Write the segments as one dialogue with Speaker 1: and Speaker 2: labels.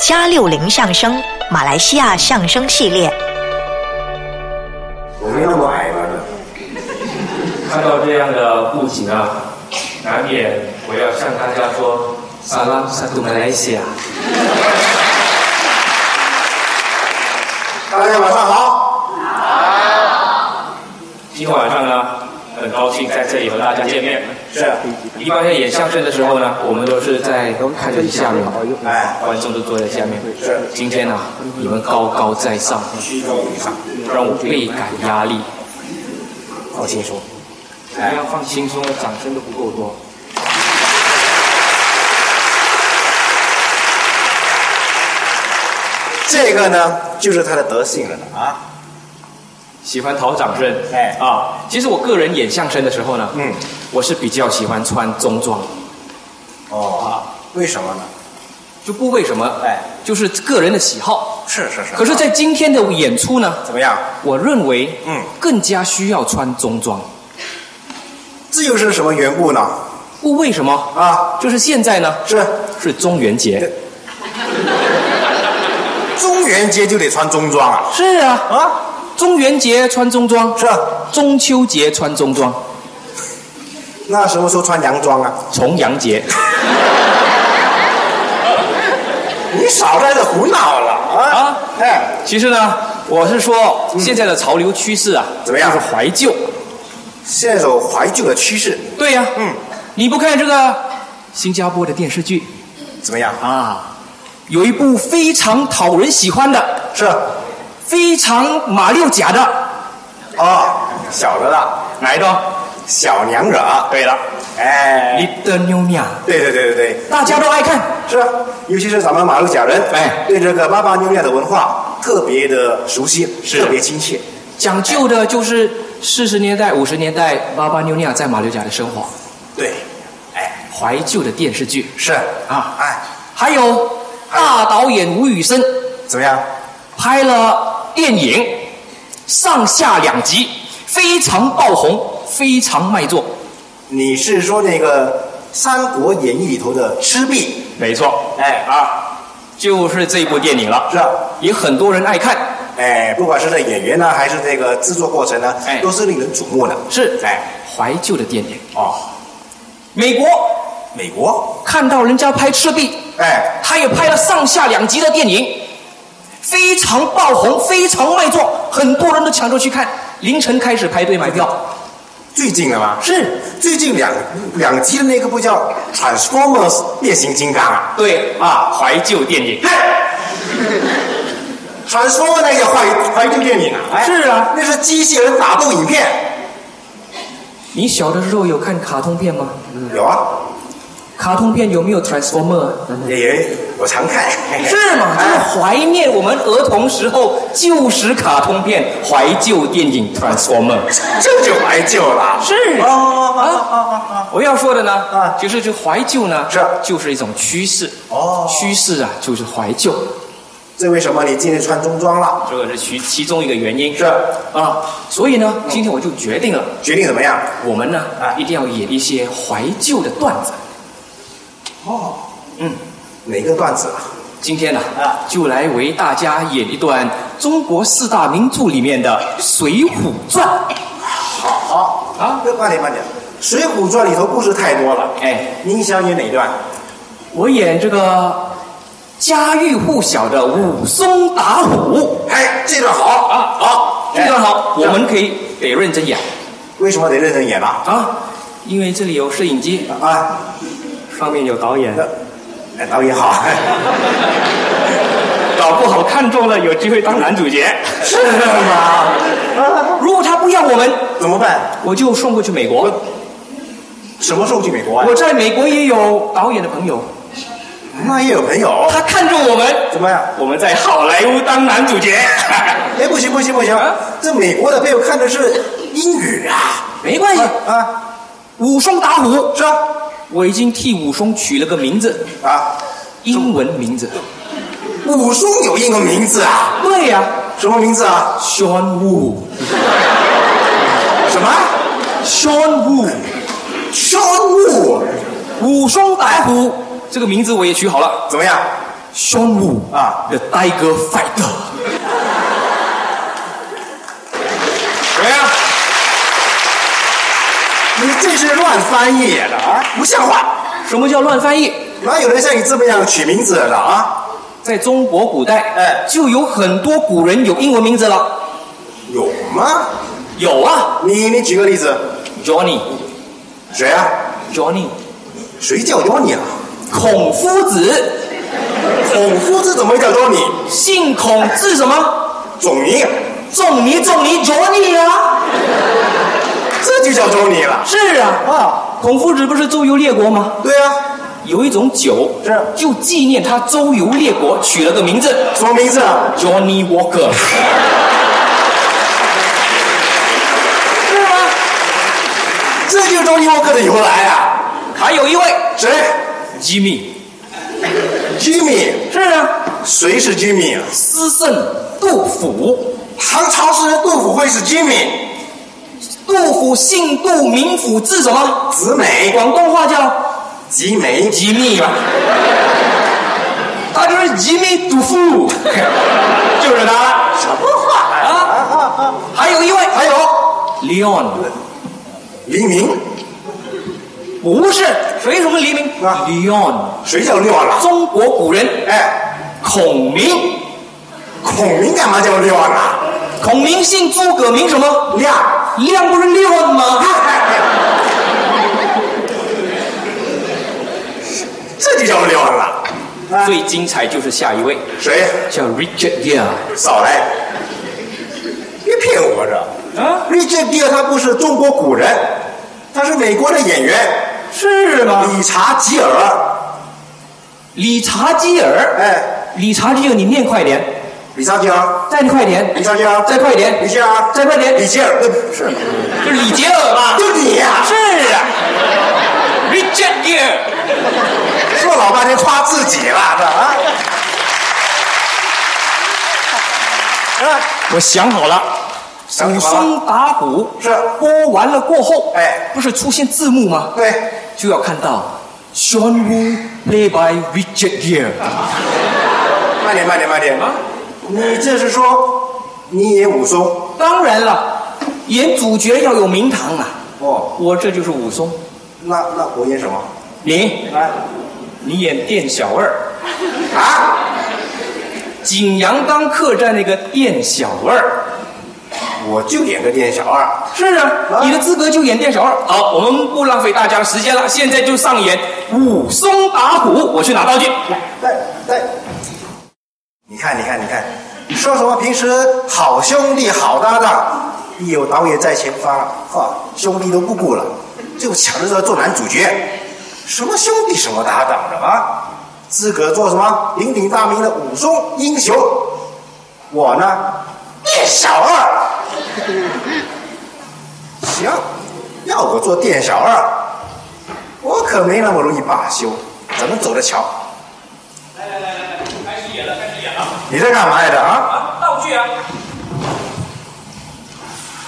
Speaker 1: 加六零相声马来西亚相声系列。
Speaker 2: 我没那么矮吧？
Speaker 3: 看到这样的布景啊，难免我要向大家说 “salam satu Malaysia”。
Speaker 2: 大家晚上好。
Speaker 3: 今天晚上呢，很高兴在这里和大家见面。
Speaker 2: 是，
Speaker 3: 一般在演相声的时候呢，我们都是在看着下面，
Speaker 2: 哎，
Speaker 3: 观众都坐在下面。
Speaker 2: 是
Speaker 3: 今天呢，你们高高在上，
Speaker 2: 虚构一场。
Speaker 3: 让我倍感压力。放轻松，
Speaker 2: 哎
Speaker 3: 不要放轻松，掌声都不够多。
Speaker 2: 这个呢，就是他的德性了呢啊。
Speaker 3: 喜欢讨掌声，
Speaker 2: 哎
Speaker 3: 啊，其实我个人演相声的时候呢，
Speaker 2: 嗯，
Speaker 3: 我是比较喜欢穿中装，
Speaker 2: 哦，为什么呢？
Speaker 3: 就不为什么，
Speaker 2: 哎，
Speaker 3: 就是个人的喜好。
Speaker 2: 是是是。
Speaker 3: 可是，在今天的演出呢，
Speaker 2: 怎么样？
Speaker 3: 我认为，
Speaker 2: 嗯，
Speaker 3: 更加需要穿中装。
Speaker 2: 这又是什么缘故呢？
Speaker 3: 不为什么，
Speaker 2: 啊，
Speaker 3: 就是现在呢
Speaker 2: 是
Speaker 3: 是中元节，
Speaker 2: 中元节就得穿中装啊。
Speaker 3: 是啊，
Speaker 2: 啊，
Speaker 3: 中元节穿中装，
Speaker 2: 是。啊
Speaker 3: 中秋节穿中装，
Speaker 2: 那什么时候穿洋装啊？
Speaker 3: 重阳节，
Speaker 2: 你少在这胡闹了啊
Speaker 3: 啊！
Speaker 2: 哎，
Speaker 3: 其实呢，我是说现在的潮流趋势啊，
Speaker 2: 嗯怎么样
Speaker 3: 就是怀旧，
Speaker 2: 现在有怀旧的趋势，
Speaker 3: 对呀、
Speaker 2: 嗯，
Speaker 3: 你不看这个新加坡的电视剧
Speaker 2: 怎么样？
Speaker 3: 啊，有一部非常讨人喜欢的，
Speaker 2: 是
Speaker 3: 非常马六甲的，
Speaker 2: 哦，晓得了，
Speaker 3: 哪一个？
Speaker 2: 小娘惹。
Speaker 3: 对了，
Speaker 2: 哎，
Speaker 3: 你的妞娘，
Speaker 2: 对对对对对。
Speaker 3: 大家都爱看，
Speaker 2: 是啊，尤其是咱们马六甲人，
Speaker 3: 哎
Speaker 2: 对这个巴巴妞妞的文化特别的熟悉，
Speaker 3: 是
Speaker 2: 特别亲切。
Speaker 3: 讲究的就是四十年代、五十年代巴巴妞娘在马六甲的生活，
Speaker 2: 对，哎，
Speaker 3: 怀旧的电视剧，
Speaker 2: 是
Speaker 3: 啊
Speaker 2: 哎，
Speaker 3: 还有大导演吴宇森
Speaker 2: 怎么样？
Speaker 3: 拍了电影，上下两集，非常爆红，非常卖座。
Speaker 2: 你是说那个《三国演义》里头的赤壁？
Speaker 3: 没错，
Speaker 2: 哎啊，
Speaker 3: 就是这部电影了，
Speaker 2: 是啊，
Speaker 3: 也很多人爱看。
Speaker 2: 哎，不管是这演员呢，还是这个制作过程呢，
Speaker 3: 哎
Speaker 2: 都是令人瞩目的。
Speaker 3: 是
Speaker 2: 哎，
Speaker 3: 怀旧的电影。
Speaker 2: 哦，
Speaker 3: 美国
Speaker 2: 美国，
Speaker 3: 看到人家拍《赤壁》，
Speaker 2: 哎，
Speaker 3: 他也拍了上下两集的电影，非常爆红，非常卖座，很多人都抢着去看，凌晨开始排队买票。
Speaker 2: 最近的吗？
Speaker 3: 是，
Speaker 2: 最近两两集的那个不叫《Transformers》变形金刚啊？
Speaker 3: 对啊，怀旧电影。
Speaker 2: 传说的那个怀怀旧电影啊，哎
Speaker 3: 是啊，
Speaker 2: 那是机器人打斗影片。
Speaker 3: 你小的时候有看卡通片吗？
Speaker 2: 有啊，
Speaker 3: 卡通片有没有 Transformer？
Speaker 2: 也也我常看。
Speaker 3: 是吗？就是
Speaker 2: 哎
Speaker 3: 怀念我们儿童时候旧时卡通片、怀旧电影 Transformer。 啊
Speaker 2: 这就怀旧了。
Speaker 3: 是
Speaker 2: 哦哦哦哦
Speaker 3: 我要说的呢，
Speaker 2: 啊
Speaker 3: 其实就怀旧呢，
Speaker 2: 是
Speaker 3: 就是啊一种趋势。
Speaker 2: 哦
Speaker 3: 趋势啊，就是怀旧，
Speaker 2: 哦，这为什么你今天穿中装了？
Speaker 3: 这个是其其中一个原因。
Speaker 2: 是
Speaker 3: 啊，所以呢，今天我就决定了，
Speaker 2: 决定怎么样？
Speaker 3: 我们呢
Speaker 2: 啊
Speaker 3: 一定要演一些怀旧的段子。
Speaker 2: 哦，
Speaker 3: 嗯，
Speaker 2: 哪个段子啊？
Speaker 3: 今天呢
Speaker 2: 啊
Speaker 3: 就来为大家演一段中国四大名著里面的《水浒传》。
Speaker 2: 好
Speaker 3: 啊
Speaker 2: 慢慢点慢点，《水浒传》里头故事太多了。
Speaker 3: 哎，
Speaker 2: 您想演哪段？
Speaker 3: 我演这个家喻户晓的武松打虎
Speaker 2: 哎，这段好
Speaker 3: 啊，
Speaker 2: 好
Speaker 3: 这段好，
Speaker 2: 哎
Speaker 3: 我们可以得认真演
Speaker 2: 为什么得认真演啊？
Speaker 3: 啊，因为这里有摄影机，
Speaker 2: 啊，
Speaker 3: 上面有导演
Speaker 2: 那哎，导演好。
Speaker 3: 搞不好看中了，有机会当男主角。
Speaker 2: 是吗？
Speaker 3: 如果他不要我们，
Speaker 2: 怎么办？
Speaker 3: 我就送过去美国。
Speaker 2: 什么时候去美国啊
Speaker 3: 我？在美国也有导演的朋友，
Speaker 2: 那也有朋友。
Speaker 3: 他看中我们，
Speaker 2: 怎么样？
Speaker 3: 我们在好莱坞当男主角。
Speaker 2: 哎，不行不行不行
Speaker 3: 啊！
Speaker 2: 这美国的朋友看的是英语啊！
Speaker 3: 没关系，
Speaker 2: 啊，
Speaker 3: 武松打虎，
Speaker 2: 是啊
Speaker 3: 我已经替武松取了个名字，
Speaker 2: 啊，
Speaker 3: 英文名字。
Speaker 2: 武松有英文名字啊？
Speaker 3: 对呀、
Speaker 2: 什么名字啊？
Speaker 3: Sean Wu，Sean
Speaker 2: 什么？
Speaker 3: Wu，
Speaker 2: 商务
Speaker 3: 武松打虎这个名字我也取好了，
Speaker 2: 怎么样？
Speaker 3: 宣武
Speaker 2: 啊
Speaker 3: ，The Tiger Fighter。
Speaker 2: 怎么样？你这是乱翻译的啊，不像话！
Speaker 3: 什么叫乱翻译？
Speaker 2: 哪有人像你这么样取名字的啊？
Speaker 3: 在中国古代，
Speaker 2: 哎
Speaker 3: 就有很多古人有英文名字了。
Speaker 2: 有吗？
Speaker 3: 有啊
Speaker 2: 你你举个例子，
Speaker 3: ，Johnny、
Speaker 2: 谁啊？
Speaker 3: Johnny，
Speaker 2: 谁叫 Johnny 啊？
Speaker 3: 孔夫子，
Speaker 2: 孔夫子怎么会叫 Johnny？
Speaker 3: 姓孔字什么？
Speaker 2: 仲尼，
Speaker 3: 仲尼仲尼 Johnny 啊，
Speaker 2: 这就叫 Johnny 了。
Speaker 3: 是啊，
Speaker 2: 啊，
Speaker 3: 孔夫子不是周游列国吗？
Speaker 2: 对啊，
Speaker 3: 有一种酒，
Speaker 2: 是
Speaker 3: 就纪念他周游列国，取了个名字
Speaker 2: 什么名字啊？
Speaker 3: Johnny Walker，
Speaker 2: 是吗？这就是 Johnny Walker 的由来啊。
Speaker 3: 还有一位
Speaker 2: 谁
Speaker 3: Jimmy，
Speaker 2: ？Jimmy，
Speaker 3: 是啊，
Speaker 2: 谁是 Jimmy 啊？
Speaker 3: 诗圣杜甫。
Speaker 2: 唐朝诗人杜甫会是 Jimmy，
Speaker 3: 杜甫姓杜，名甫，字什么？
Speaker 2: 子美、
Speaker 3: 广东话叫
Speaker 2: 吉美、
Speaker 3: 吉密嘛，他就是吉密杜甫
Speaker 2: 就是他。什么话呀、
Speaker 3: 啊。还有一位
Speaker 2: 还有
Speaker 3: Leon，
Speaker 2: 黎明，
Speaker 3: 不是，谁什么黎明
Speaker 2: 啊
Speaker 3: ？Leon，
Speaker 2: 谁叫六啊？
Speaker 3: 中国古人
Speaker 2: 哎，
Speaker 3: 孔明，
Speaker 2: 孔明干嘛叫六啊？
Speaker 3: 孔明姓诸葛名什么？
Speaker 2: 亮。
Speaker 3: 亮不是 Leon 吗？哎
Speaker 2: 这就叫撩人了。
Speaker 3: 哎最精彩就是下一位
Speaker 2: 谁？
Speaker 3: 叫 Richard Gere，
Speaker 2: 少来！别骗我这！
Speaker 3: 啊，
Speaker 2: Richard Gere 他不是中国古人，他是美国的演员
Speaker 3: 是吗？
Speaker 2: 理查吉尔。
Speaker 3: 理查基尔，
Speaker 2: 哎，
Speaker 3: 理查基尔，你念快点，
Speaker 2: 理查吉尔，
Speaker 3: 再快点，
Speaker 2: 理查吉尔，
Speaker 3: 再快点
Speaker 2: 李，吉尔，
Speaker 3: 再快 点，
Speaker 2: 李吉尔，呃是
Speaker 3: 是李杰尔吗？
Speaker 2: 啊就你呀、
Speaker 3: 是啊，Richard Gere。
Speaker 2: 说老半天夸自己了，这啊。啊
Speaker 3: 我想好了，
Speaker 2: 想
Speaker 3: 武
Speaker 2: 好了，
Speaker 3: 松打虎
Speaker 2: 是
Speaker 3: 播完了过后，
Speaker 2: 哎
Speaker 3: 不是出现字幕吗？
Speaker 2: 对，
Speaker 3: 就要看到 John Woo play by Richard Gere。
Speaker 2: 慢点，慢点，慢点啊！你这是说你演武松？
Speaker 3: 当然了，演主角要有名堂啊。
Speaker 2: 哦，
Speaker 3: 我这就是武松，
Speaker 2: 那那我演什么？
Speaker 3: 你
Speaker 2: 来
Speaker 3: 你演店小二，
Speaker 2: 啊！
Speaker 3: 景阳冈客栈那个店小二。
Speaker 2: 我就演个店小二。
Speaker 3: 是啊，
Speaker 2: 啊
Speaker 3: 你的资格就演店小二。好，我们不浪费大家的时间了，现在就上演武松打虎。我去拿道具。
Speaker 2: 来来，你看，你看，你看，说什么平时好兄弟、好搭档，一有导演在前方啊，兄弟都不顾了，就抢着要做男主角。什么兄弟，什么搭档的啊？自个儿做什么鼎鼎大名的武松英雄，我呢，店小二。 行，要我做店小二，我可没那么容易罢休，咱们走着瞧。
Speaker 3: 开始演了，开始演了。
Speaker 2: 你在干嘛来着啊？
Speaker 3: 啊，道具啊，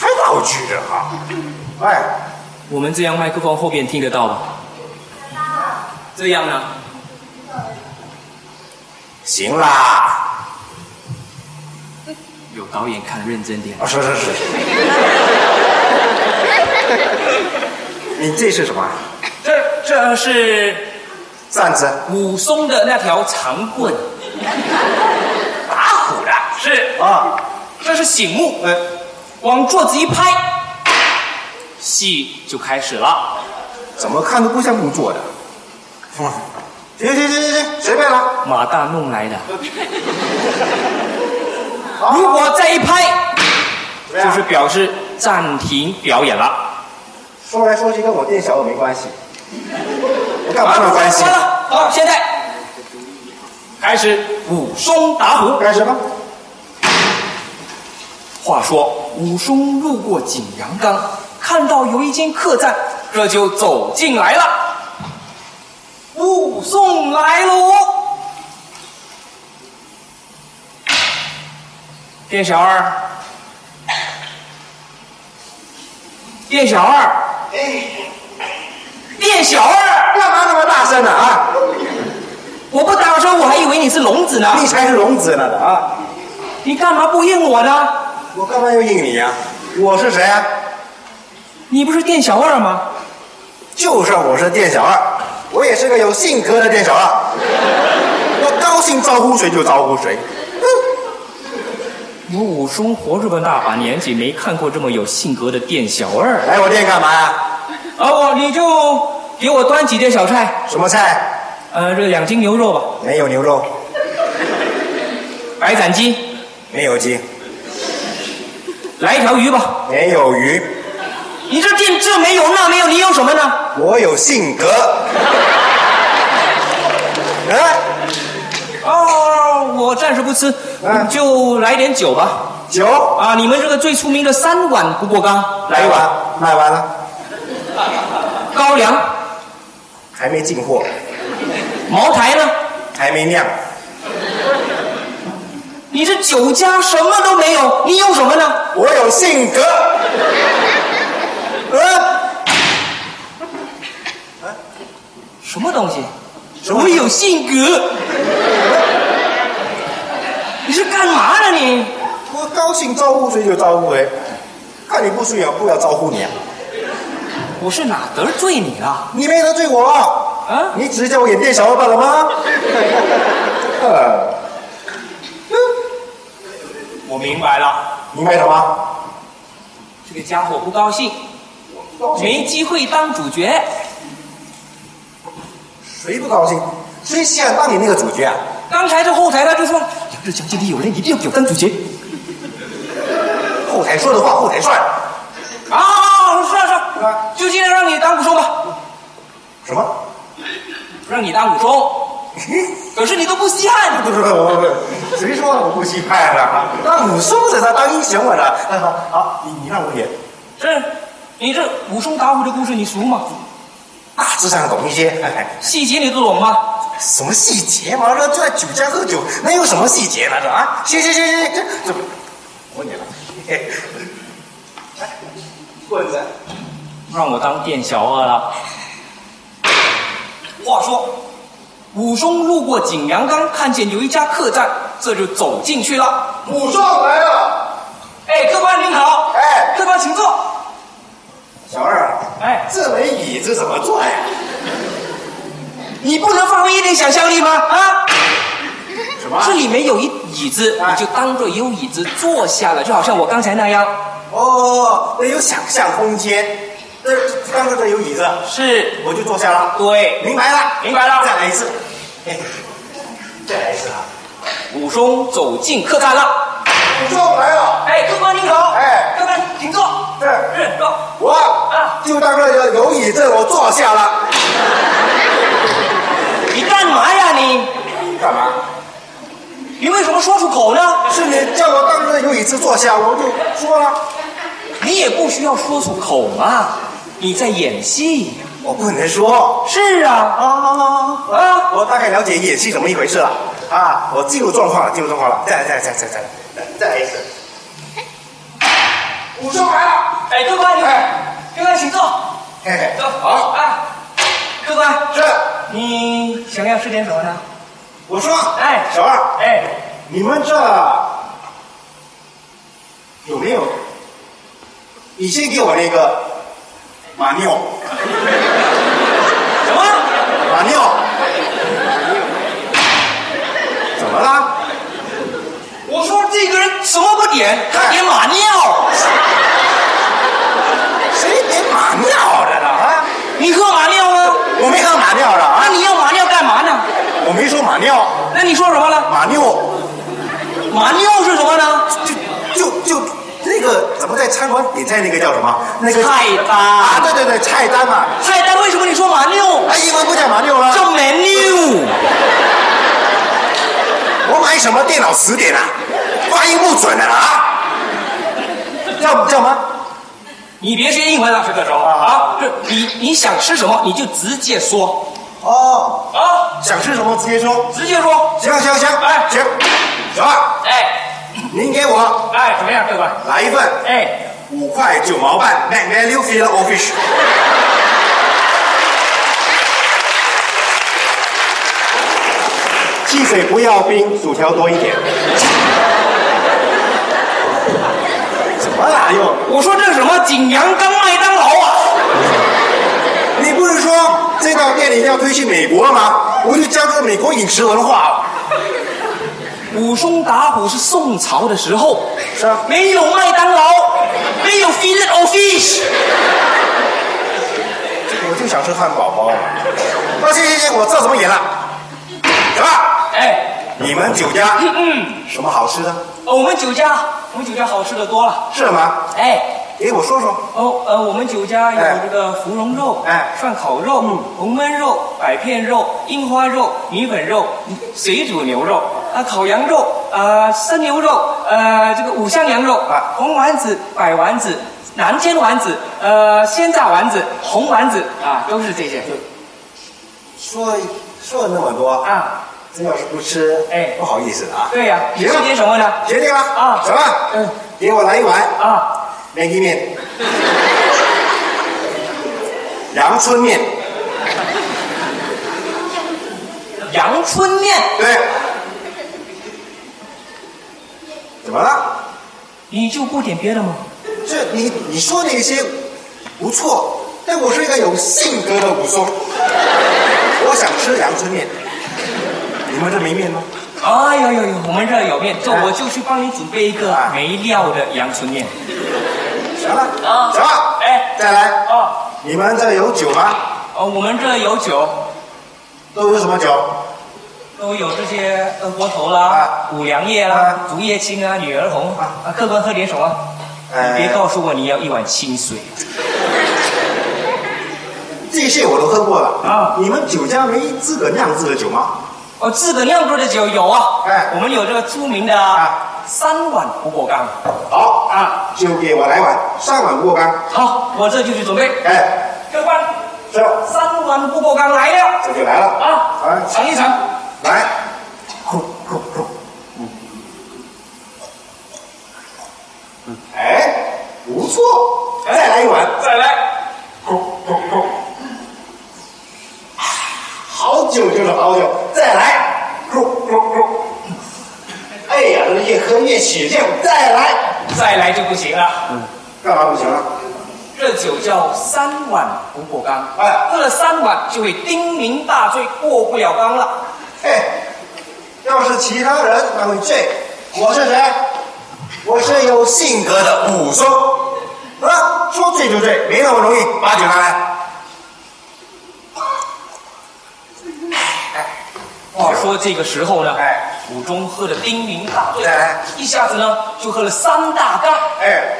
Speaker 2: 还道具的哈？啊哎，
Speaker 3: 我们这样麦克风后边听得到吗？这样啊呢？
Speaker 2: 行啦，
Speaker 3: 有导演看认真点。
Speaker 2: 啊，是是是。你这是什么？
Speaker 3: 这这是
Speaker 2: 扇子，
Speaker 3: 武松的那条长棍，
Speaker 2: 打虎的
Speaker 3: 是，
Speaker 2: 啊？
Speaker 3: 这是醒目，
Speaker 2: 呃，
Speaker 3: 往桌子一拍，戏就开始了。
Speaker 2: 怎么看都不像工作的。嗯行行行行行，随便了。
Speaker 3: 马大弄来的，
Speaker 2: 啊
Speaker 3: 如果再一拍，
Speaker 2: 对啊
Speaker 3: 就是表示暂停表演了。
Speaker 2: 说来说去跟我店小二没关系，我干嘛没关系
Speaker 3: 好？了，好，现在开始武松打虎。
Speaker 2: 干什么？
Speaker 3: 话说武松路过景阳冈，看到有一间客栈，这就走进来了。武松来喽！店小二，店小二，店小二，
Speaker 2: 干嘛那么大声呢啊？
Speaker 3: 我不打的时候，我还以为你是聋子呢。
Speaker 2: 你才是聋子呢啊！
Speaker 3: 你干嘛不应我呢？
Speaker 2: 我干嘛要应你呀、我是谁啊？
Speaker 3: 你不是店小二吗？
Speaker 2: 就是我是店小二，我也是个有性格的店小二。我高兴招呼谁就招呼谁。
Speaker 3: 我武松活这么大把年纪，没看过这么有性格的店小二。
Speaker 2: 来我店干嘛呀？
Speaker 3: 啊，我你就给我端几碟小菜，
Speaker 2: 什么菜？
Speaker 3: 呃，这个两斤牛肉吧，
Speaker 2: 没有牛肉，
Speaker 3: 白斩鸡，
Speaker 2: 没有鸡，
Speaker 3: 来一条鱼吧。
Speaker 2: 没有鱼。
Speaker 3: 你这店这没有那没有，你有什么呢？
Speaker 2: 我有性格。啊，
Speaker 3: 哦，我暂时不吃，
Speaker 2: 嗯
Speaker 3: 就来点酒吧。
Speaker 2: 酒
Speaker 3: 啊，你们这个最出名的三碗不过冈，来一碗
Speaker 2: 碗，卖完了，
Speaker 3: 高粱，
Speaker 2: 还没进货，
Speaker 3: 茅台呢？
Speaker 2: 还没酿，
Speaker 3: 你这酒家什么都没有，你有什么呢？
Speaker 2: 我有性格。啊，
Speaker 3: 什么东西？
Speaker 2: 什么
Speaker 3: 我有性格。你是干嘛呢你？
Speaker 2: 我高兴招呼谁就招呼谁，看你不顺眼，不要招呼你啊！
Speaker 3: 我是哪得罪你了？
Speaker 2: 你没得罪我啊
Speaker 3: 啊！
Speaker 2: 你只是叫我演店小老板了吗？呃
Speaker 3: 我明白了，
Speaker 2: 明白了吗？
Speaker 3: 这个家伙不高兴，没机会当主角。
Speaker 2: 谁不高兴？谁想当你那个主角啊？
Speaker 3: 刚才这后台他就说，啊杨志强今天有人一定要给我当主角。
Speaker 2: 后台说的话，后台算。
Speaker 3: 啊，是啊是啊
Speaker 2: 啊，
Speaker 3: 就今天让你当武松吧，
Speaker 2: 什么？
Speaker 3: 让你当武松。可是你都不稀罕，
Speaker 2: 不不不不，谁说我不稀罕了？当武松是他当英雄我呢。好，你你让我演，
Speaker 3: 这你这武松打虎的故事你熟吗？
Speaker 2: 大致上懂一些。
Speaker 3: 细节你都懂吗？
Speaker 2: 什么细节嘛？这就在酒家喝酒，那有什么细节呢？这啊，行行行行，这这，我你了。嘿嘿哎棍子，
Speaker 3: 让我当店小二了。话说，武松路过景阳冈，看见有一家客栈，这就走进去了。
Speaker 2: 武松来了。
Speaker 3: 哎，客官您好，
Speaker 2: 哎
Speaker 3: 客官请坐。
Speaker 2: 小二，啊
Speaker 3: 哎，
Speaker 2: 这枚椅子怎么坐呀？
Speaker 3: 你不能发挥一点想象力吗？啊，
Speaker 2: 什么
Speaker 3: 这里面有一椅子，
Speaker 2: 哎
Speaker 3: 你就当做有椅子坐下了，就好像我刚才那样。
Speaker 2: 哦，那有想象空间。这刚刚这有椅子，
Speaker 3: 是，
Speaker 2: 我就坐下了。
Speaker 3: 对。
Speaker 2: 明白了，
Speaker 3: 明白了
Speaker 2: 再来一次，哎再来一次啊！
Speaker 3: 武松走进客栈了。
Speaker 2: 武松来了，
Speaker 3: 哎，客官您好，
Speaker 2: 哎
Speaker 3: 客官请坐。
Speaker 2: 是
Speaker 3: 是，坐。
Speaker 2: 我
Speaker 3: 啊
Speaker 2: 就当这个有椅子，我坐下了。
Speaker 3: 你干嘛呀你？
Speaker 2: 干嘛？
Speaker 3: 你为什么说出口呢？
Speaker 2: 是你叫我当这有椅子坐下，我就说了，
Speaker 3: 你也不需要说出口嘛，你在演戏。
Speaker 2: 我不能说
Speaker 3: 是啊，
Speaker 2: 啊
Speaker 3: 啊
Speaker 2: 我大概了解演戏怎么一回事了啊！我进入状况了，进入状况了，再来，再来，再来，再来，再来再来一次。武松来了，
Speaker 3: 哎，客官，你
Speaker 2: 哎
Speaker 3: 客官请坐，
Speaker 2: 嘿嘿，
Speaker 3: 坐。好啊，客官，
Speaker 2: 是
Speaker 3: 你想要吃点什么呢？
Speaker 2: 我说，
Speaker 3: 哎
Speaker 2: 小二，
Speaker 3: 哎，
Speaker 2: 你们这有没有？你先给我那个马尿，
Speaker 3: 什么？
Speaker 2: 马尿，怎么了？
Speaker 3: 我说这个人什么不点，他点马尿。
Speaker 2: 谁给马尿的了啊？
Speaker 3: 你喝马尿吗？
Speaker 2: 我没喝马尿的
Speaker 3: 那
Speaker 2: 啊，
Speaker 3: 你要马尿干嘛呢？
Speaker 2: 我没说马尿，
Speaker 3: 那你说什么呢？
Speaker 2: 马尿
Speaker 3: 马尿是什么呢？
Speaker 2: 就就就那个怎么在餐馆点菜那个叫什么？那个
Speaker 3: 菜
Speaker 2: 啊，
Speaker 3: 单，
Speaker 2: 对对对，菜单嘛，
Speaker 3: 菜单为什么你说马尿？
Speaker 2: 哎，英文不叫马尿了。
Speaker 3: 叫 menu。
Speaker 2: 我买什么电脑词典啊？发音不准的啦啊！叫叫吗？
Speaker 3: 你别学英文了，这个时候啊，这你你想吃什么你就直接说
Speaker 2: 哦，
Speaker 3: 啊，
Speaker 2: 想吃什么直接说。
Speaker 3: 直接说。
Speaker 2: 行啊行行，
Speaker 3: 哎
Speaker 2: 行，小二，
Speaker 3: 哎
Speaker 2: 您给我
Speaker 3: 哎，怎么样，客官？
Speaker 2: 来一份
Speaker 3: 哎，
Speaker 2: 五块九毛半 m a g n a l i Filet o Fish。
Speaker 4: 汽水不要冰，薯条多一点。
Speaker 2: 什么啦？又，
Speaker 3: 我说这什么景阳冈麦当劳啊？
Speaker 2: 你不是说这道店一定要推去美国吗？我就教这个美国饮食文化了。
Speaker 3: 武松打虎是宋朝的时候，
Speaker 2: 是啊
Speaker 3: 没有麦当劳，没有 fillet o fish，
Speaker 2: 我就想吃汉堡包。那啊行行行，我知道怎么演了。怎么？
Speaker 3: 哎，
Speaker 2: 你们酒家
Speaker 3: 嗯，
Speaker 2: 什么好吃的？
Speaker 3: 我们酒家，我们酒家好吃的多了，
Speaker 2: 是吗？
Speaker 3: 哎。
Speaker 2: 给我说说。
Speaker 3: 哦，呃，我们酒家有
Speaker 2: 哎
Speaker 3: 这个芙蓉肉、
Speaker 2: 哎
Speaker 3: 涮烤肉、红焖肉、百片肉、樱花肉、米粉肉、水煮牛肉、啊烤羊肉、啊生牛肉、呃这个五香羊肉、
Speaker 2: 啊
Speaker 3: 红丸子、白丸子、南煎丸子、呃鲜榨丸子、红丸子啊，都是这些
Speaker 2: 说说了那么多，
Speaker 3: 啊。
Speaker 2: 真要是不吃，
Speaker 3: 哎
Speaker 2: 不好意思啊。
Speaker 3: 对呀、你
Speaker 2: 行
Speaker 3: 吃点什么呢？
Speaker 2: 决定了
Speaker 3: 啊
Speaker 2: 什么？
Speaker 3: 嗯，
Speaker 2: 给我来一碗
Speaker 3: 啊，
Speaker 2: 面筋面， 阳春面，
Speaker 3: 阳春面。
Speaker 2: 对。怎么了？
Speaker 3: 你就不点别的吗？
Speaker 2: 这你你说那些不错，但我是一个有性格的武松，我想吃阳春面。你们这没面吗？
Speaker 3: 哎呦呦呦，我们这儿有面，这
Speaker 2: 哎
Speaker 3: 我就去帮你准备一个
Speaker 2: 哎
Speaker 3: 没料的阳春面。
Speaker 2: 行了，
Speaker 3: 啊
Speaker 2: 行了，
Speaker 3: 哎
Speaker 2: 再来。
Speaker 3: 哦，
Speaker 2: 你们这有酒吗？
Speaker 3: 呃，我们这有酒，
Speaker 2: 都有什么酒？
Speaker 3: 都有这些二锅头啦
Speaker 2: 啊、
Speaker 3: 五粮液啦
Speaker 2: 啊、
Speaker 3: 竹叶青啊、女儿红
Speaker 2: 啊
Speaker 3: 啊，客官喝点什么？
Speaker 2: 哎
Speaker 3: 你别告诉我你要一碗清水。
Speaker 2: 这些我都喝过了
Speaker 3: 啊
Speaker 2: 你们酒家没自个酿制的酒吗？
Speaker 3: 哦，自个酿制的酒有啊，
Speaker 2: 哎
Speaker 3: 我们有这个著名的
Speaker 2: 啊
Speaker 3: 三碗不过冈。
Speaker 2: 好啊，就给我来碗上碗过干。
Speaker 3: 好，我这就去准备。
Speaker 2: 哎，
Speaker 3: 客官，
Speaker 2: 这
Speaker 3: 三碗不过冈来了
Speaker 2: 这就来了
Speaker 3: 啊，
Speaker 2: 啊，
Speaker 3: 尝一尝。
Speaker 2: 来，嗯，哎，不错，再来一碗，
Speaker 3: 再来，
Speaker 2: 好酒就是好酒，再来，哎呀，这越喝越起劲，再来，
Speaker 3: 再来就不行了。
Speaker 2: 干嘛不行啊了？
Speaker 3: 这酒叫三碗不过冈，
Speaker 2: 哎
Speaker 3: 喝了三碗就会叮咛大醉，过不了冈了。
Speaker 2: 哎，要是其他人那会醉，我是谁？我是有性格的武松，啊，说醉就醉，没那么容易。把酒拿来，
Speaker 3: 话说这个时候呢，
Speaker 2: 哎，
Speaker 3: 武忠喝的叮咛大醉
Speaker 2: 哎，
Speaker 3: 一下子呢就喝了三大缸，
Speaker 2: 哎，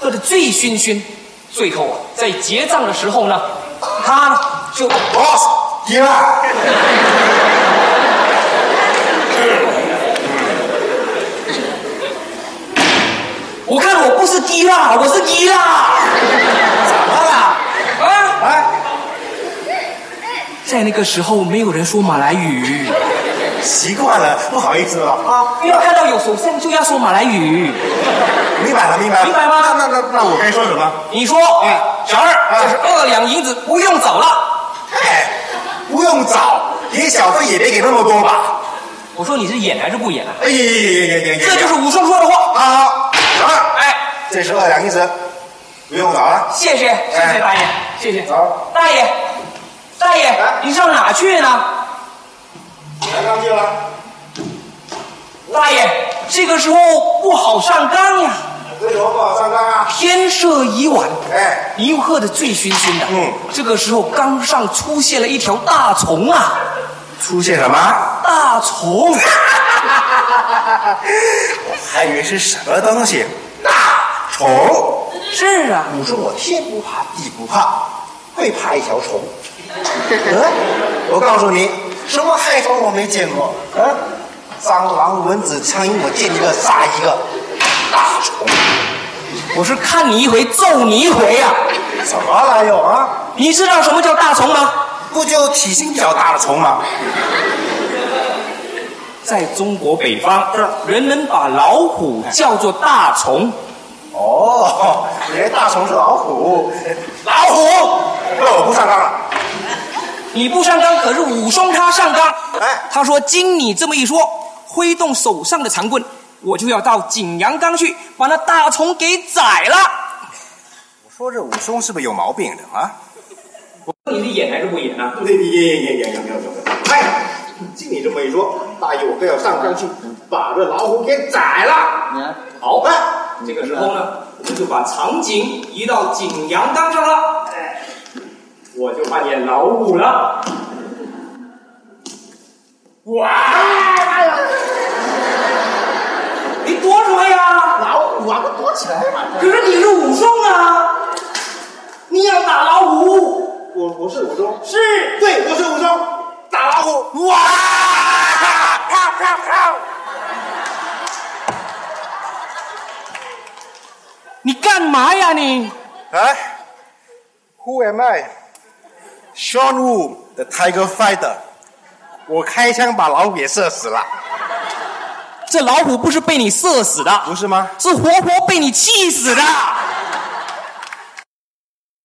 Speaker 3: 喝得醉醺醺。最后啊，在结账的时候呢，他呢就
Speaker 2: 我赢了。
Speaker 3: 我看我不是低啦，我是低啦，怎么啦？啊！
Speaker 2: 哎，
Speaker 3: 在那个时候，没有人说马来语，
Speaker 2: 习惯了，不好意思了啊。
Speaker 3: 因为看到有首相就要说马来语。
Speaker 2: 明白了，明白了，
Speaker 3: 明白吗
Speaker 2: 那那那那我该说什么？
Speaker 3: 你说，
Speaker 2: 哎
Speaker 3: 小二，
Speaker 2: 哎
Speaker 3: 这是二两银子，不用找了。
Speaker 2: 哎，不用找，给小费也别给那么多吧。
Speaker 3: 我说你是演还是不演啊？
Speaker 2: 哎呀呀呀呀呀！
Speaker 3: 这就是武松说的话。
Speaker 2: 啊，小二，
Speaker 3: 哎，
Speaker 2: 这是二两银子，不用找了。
Speaker 3: 谢谢，谢谢大爷，谢谢
Speaker 2: 哎好。
Speaker 3: 大爷，大爷
Speaker 2: 哎，
Speaker 3: 你上哪去呢？
Speaker 2: 来上去了。
Speaker 3: 大爷，这个时候不好上纲呀，
Speaker 2: 为什么不好上当啊？
Speaker 3: 天色已晚。
Speaker 2: 哎，
Speaker 3: 你又喝得醉醺醺的，
Speaker 2: 嗯
Speaker 3: 这个时候缸上出现了一条大虫啊，
Speaker 2: 出现什么？
Speaker 3: 大虫，
Speaker 2: 还以为是什么东西？大虫。
Speaker 3: 是啊，
Speaker 2: 你说我天不怕地不怕，会怕一条虫？ 嗯，我告诉你，什么害虫我没见过。嗯，蟑螂、蚊子、苍蝇，我见一个杀一个。大虫
Speaker 3: 我是看你一回揍你一回呀、
Speaker 2: 怎么了又啊？
Speaker 3: 你知道什么叫大虫吗？
Speaker 2: 不就体型较大的虫吗？
Speaker 3: 在中国北方，人们把老虎叫做大虫，
Speaker 2: 哦，原来大虫是老虎。老虎，那我不上当了。
Speaker 3: 你不上纲可是武松他上纲。
Speaker 2: 哎
Speaker 3: 他说经你这么一说，挥动手上的长棍，我就要到景阳冈去把那大虫给宰了。
Speaker 2: 我说这武松是不是有毛病的啊？
Speaker 3: 你是演还是不演啊？
Speaker 4: 对对，也也也也没有没有。哎，经你这么一说，大爷，我可要上纲去把这老虎给宰了。
Speaker 3: 好办。这个时候呢，我们就把场景移到景阳冈上了。
Speaker 4: 我就扮演老虎了。
Speaker 3: 哇！你躲什么呀？
Speaker 4: 老虎啊，躲起来嘛！
Speaker 3: 可是你是武松啊，你要打老虎
Speaker 4: 我我是武松，
Speaker 3: 是？
Speaker 4: 对，我是武松，打老虎。
Speaker 3: 哇！啪啪啪！你干嘛呀你？
Speaker 2: 哎，Who am I? Sean Wu 的 Tiger Fighter，我开枪把老虎给射死了，
Speaker 3: 这老虎不是被你射死的，
Speaker 2: 不是吗？
Speaker 3: 是活活被你气死的。